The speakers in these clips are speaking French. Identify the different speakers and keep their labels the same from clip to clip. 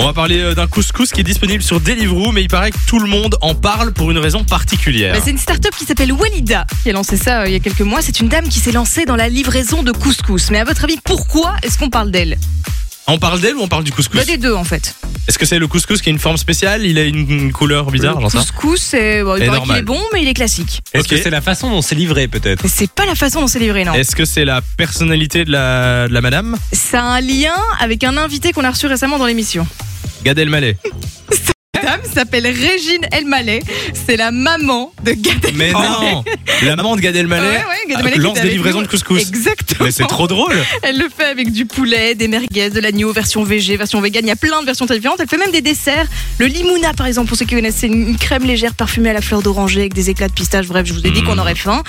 Speaker 1: On va parler euh, d'un couscous qui est disponible sur Deliveroo, mais il paraît que tout le monde en parle pour une raison particulière.
Speaker 2: Bah, c'est une start-up qui s'appelle Walida qui a lancé ça euh, il y a quelques mois. C'est une dame qui s'est lancée dans la livraison de couscous. Mais à votre avis, pourquoi est-ce qu'on parle d'elle
Speaker 1: On parle d'elle ou on parle du couscous
Speaker 2: Bah, Des deux en fait.
Speaker 1: Est-ce que c'est le couscous qui a une forme spéciale Il a une, une couleur bizarre,
Speaker 2: le
Speaker 1: j'en sais rien.
Speaker 2: couscous, c'est bon, il
Speaker 1: Et
Speaker 2: paraît qu'il
Speaker 1: Ah, normal.
Speaker 2: est bon, mais il est classique.
Speaker 3: Est-ce
Speaker 1: Ok.
Speaker 3: que c'est la façon dont c'est livré peut-être
Speaker 2: Mais c'est pas la façon dont c'est livré, non.
Speaker 1: Est-ce que c'est la personnalité de la, de la madame
Speaker 2: Ça a un lien avec un invité qu'on a reçu récemment dans l'émission.
Speaker 1: Gad Elmaleh.
Speaker 2: La dame s'appelle Régine Elmaleh. C'est la maman de Gad
Speaker 1: Mais
Speaker 2: Elmaleh.
Speaker 1: non La maman de Gad Elmaleh
Speaker 2: Ouais, ouais, Gad Elmaleh qui
Speaker 1: lance
Speaker 2: était
Speaker 1: des
Speaker 2: avec
Speaker 1: livraisons
Speaker 2: nous.
Speaker 1: de couscous.
Speaker 2: Exactement.
Speaker 1: Mais c'est trop drôle
Speaker 2: Elle le fait avec du poulet, des merguez, de l'agneau, version VG, version vegan. Il y a plein de versions très différentes. Elle fait même des desserts. Le limouna, par exemple, pour ceux qui connaissent, c'est une crème légère parfumée à la fleur d'oranger avec des éclats de pistache. Bref, je vous ai
Speaker 1: Mmh.
Speaker 2: dit qu'on aurait faim.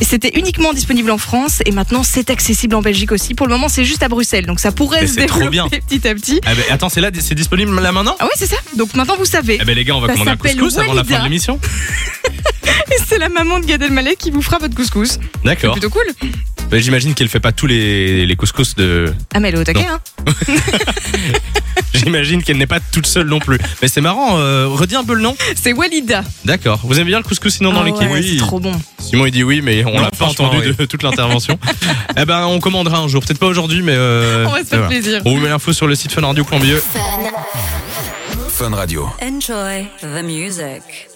Speaker 2: Et C'était uniquement disponible en France et maintenant c'est accessible en Belgique aussi. Pour le moment, c'est juste à Bruxelles. Donc ça pourrait
Speaker 1: Mais
Speaker 2: se
Speaker 1: c'est trop bien.
Speaker 2: développer petit à petit.
Speaker 1: Ah ben, Attends, c'est là, c'est disponible là maintenant
Speaker 2: Ah ouais, c'est ça. Donc maintenant, vous savez.
Speaker 1: Eh ben les gars, on va
Speaker 2: Ça
Speaker 1: commander un
Speaker 2: s'appelle
Speaker 1: couscous avant la fin
Speaker 2: Walida.
Speaker 1: de l'émission. ben.
Speaker 2: C'est la maman de Gad Elmaleh qui vous fera votre couscous.
Speaker 1: D'accord.
Speaker 2: Plutôt cool.
Speaker 1: Ben, J'imagine qu'elle fait pas tous les, les couscous de.
Speaker 2: Ah mais elle est au taquet, hein.
Speaker 1: J'imagine qu'elle n'est pas toute seule non plus. Mais c'est marrant, euh, redis un peu le nom.
Speaker 2: C'est Walida.
Speaker 1: D'accord. Vous aimez bien le couscous sinon dans
Speaker 2: Ah
Speaker 1: l'équipe
Speaker 2: ouais, C'est trop bon.
Speaker 1: Simon il dit oui, mais on
Speaker 3: Non,
Speaker 1: l'a pas
Speaker 3: franchement,
Speaker 1: entendu de toute l'intervention. eh ben, on commandera un jour. Peut-être pas aujourd'hui, mais. euh,
Speaker 2: On va se
Speaker 1: ça
Speaker 2: faire
Speaker 1: va.
Speaker 2: plaisir.
Speaker 1: On vous met l'info sur le E. site Fun Radio Colombieux.
Speaker 4: Fun Radio.
Speaker 5: Enjoy the music.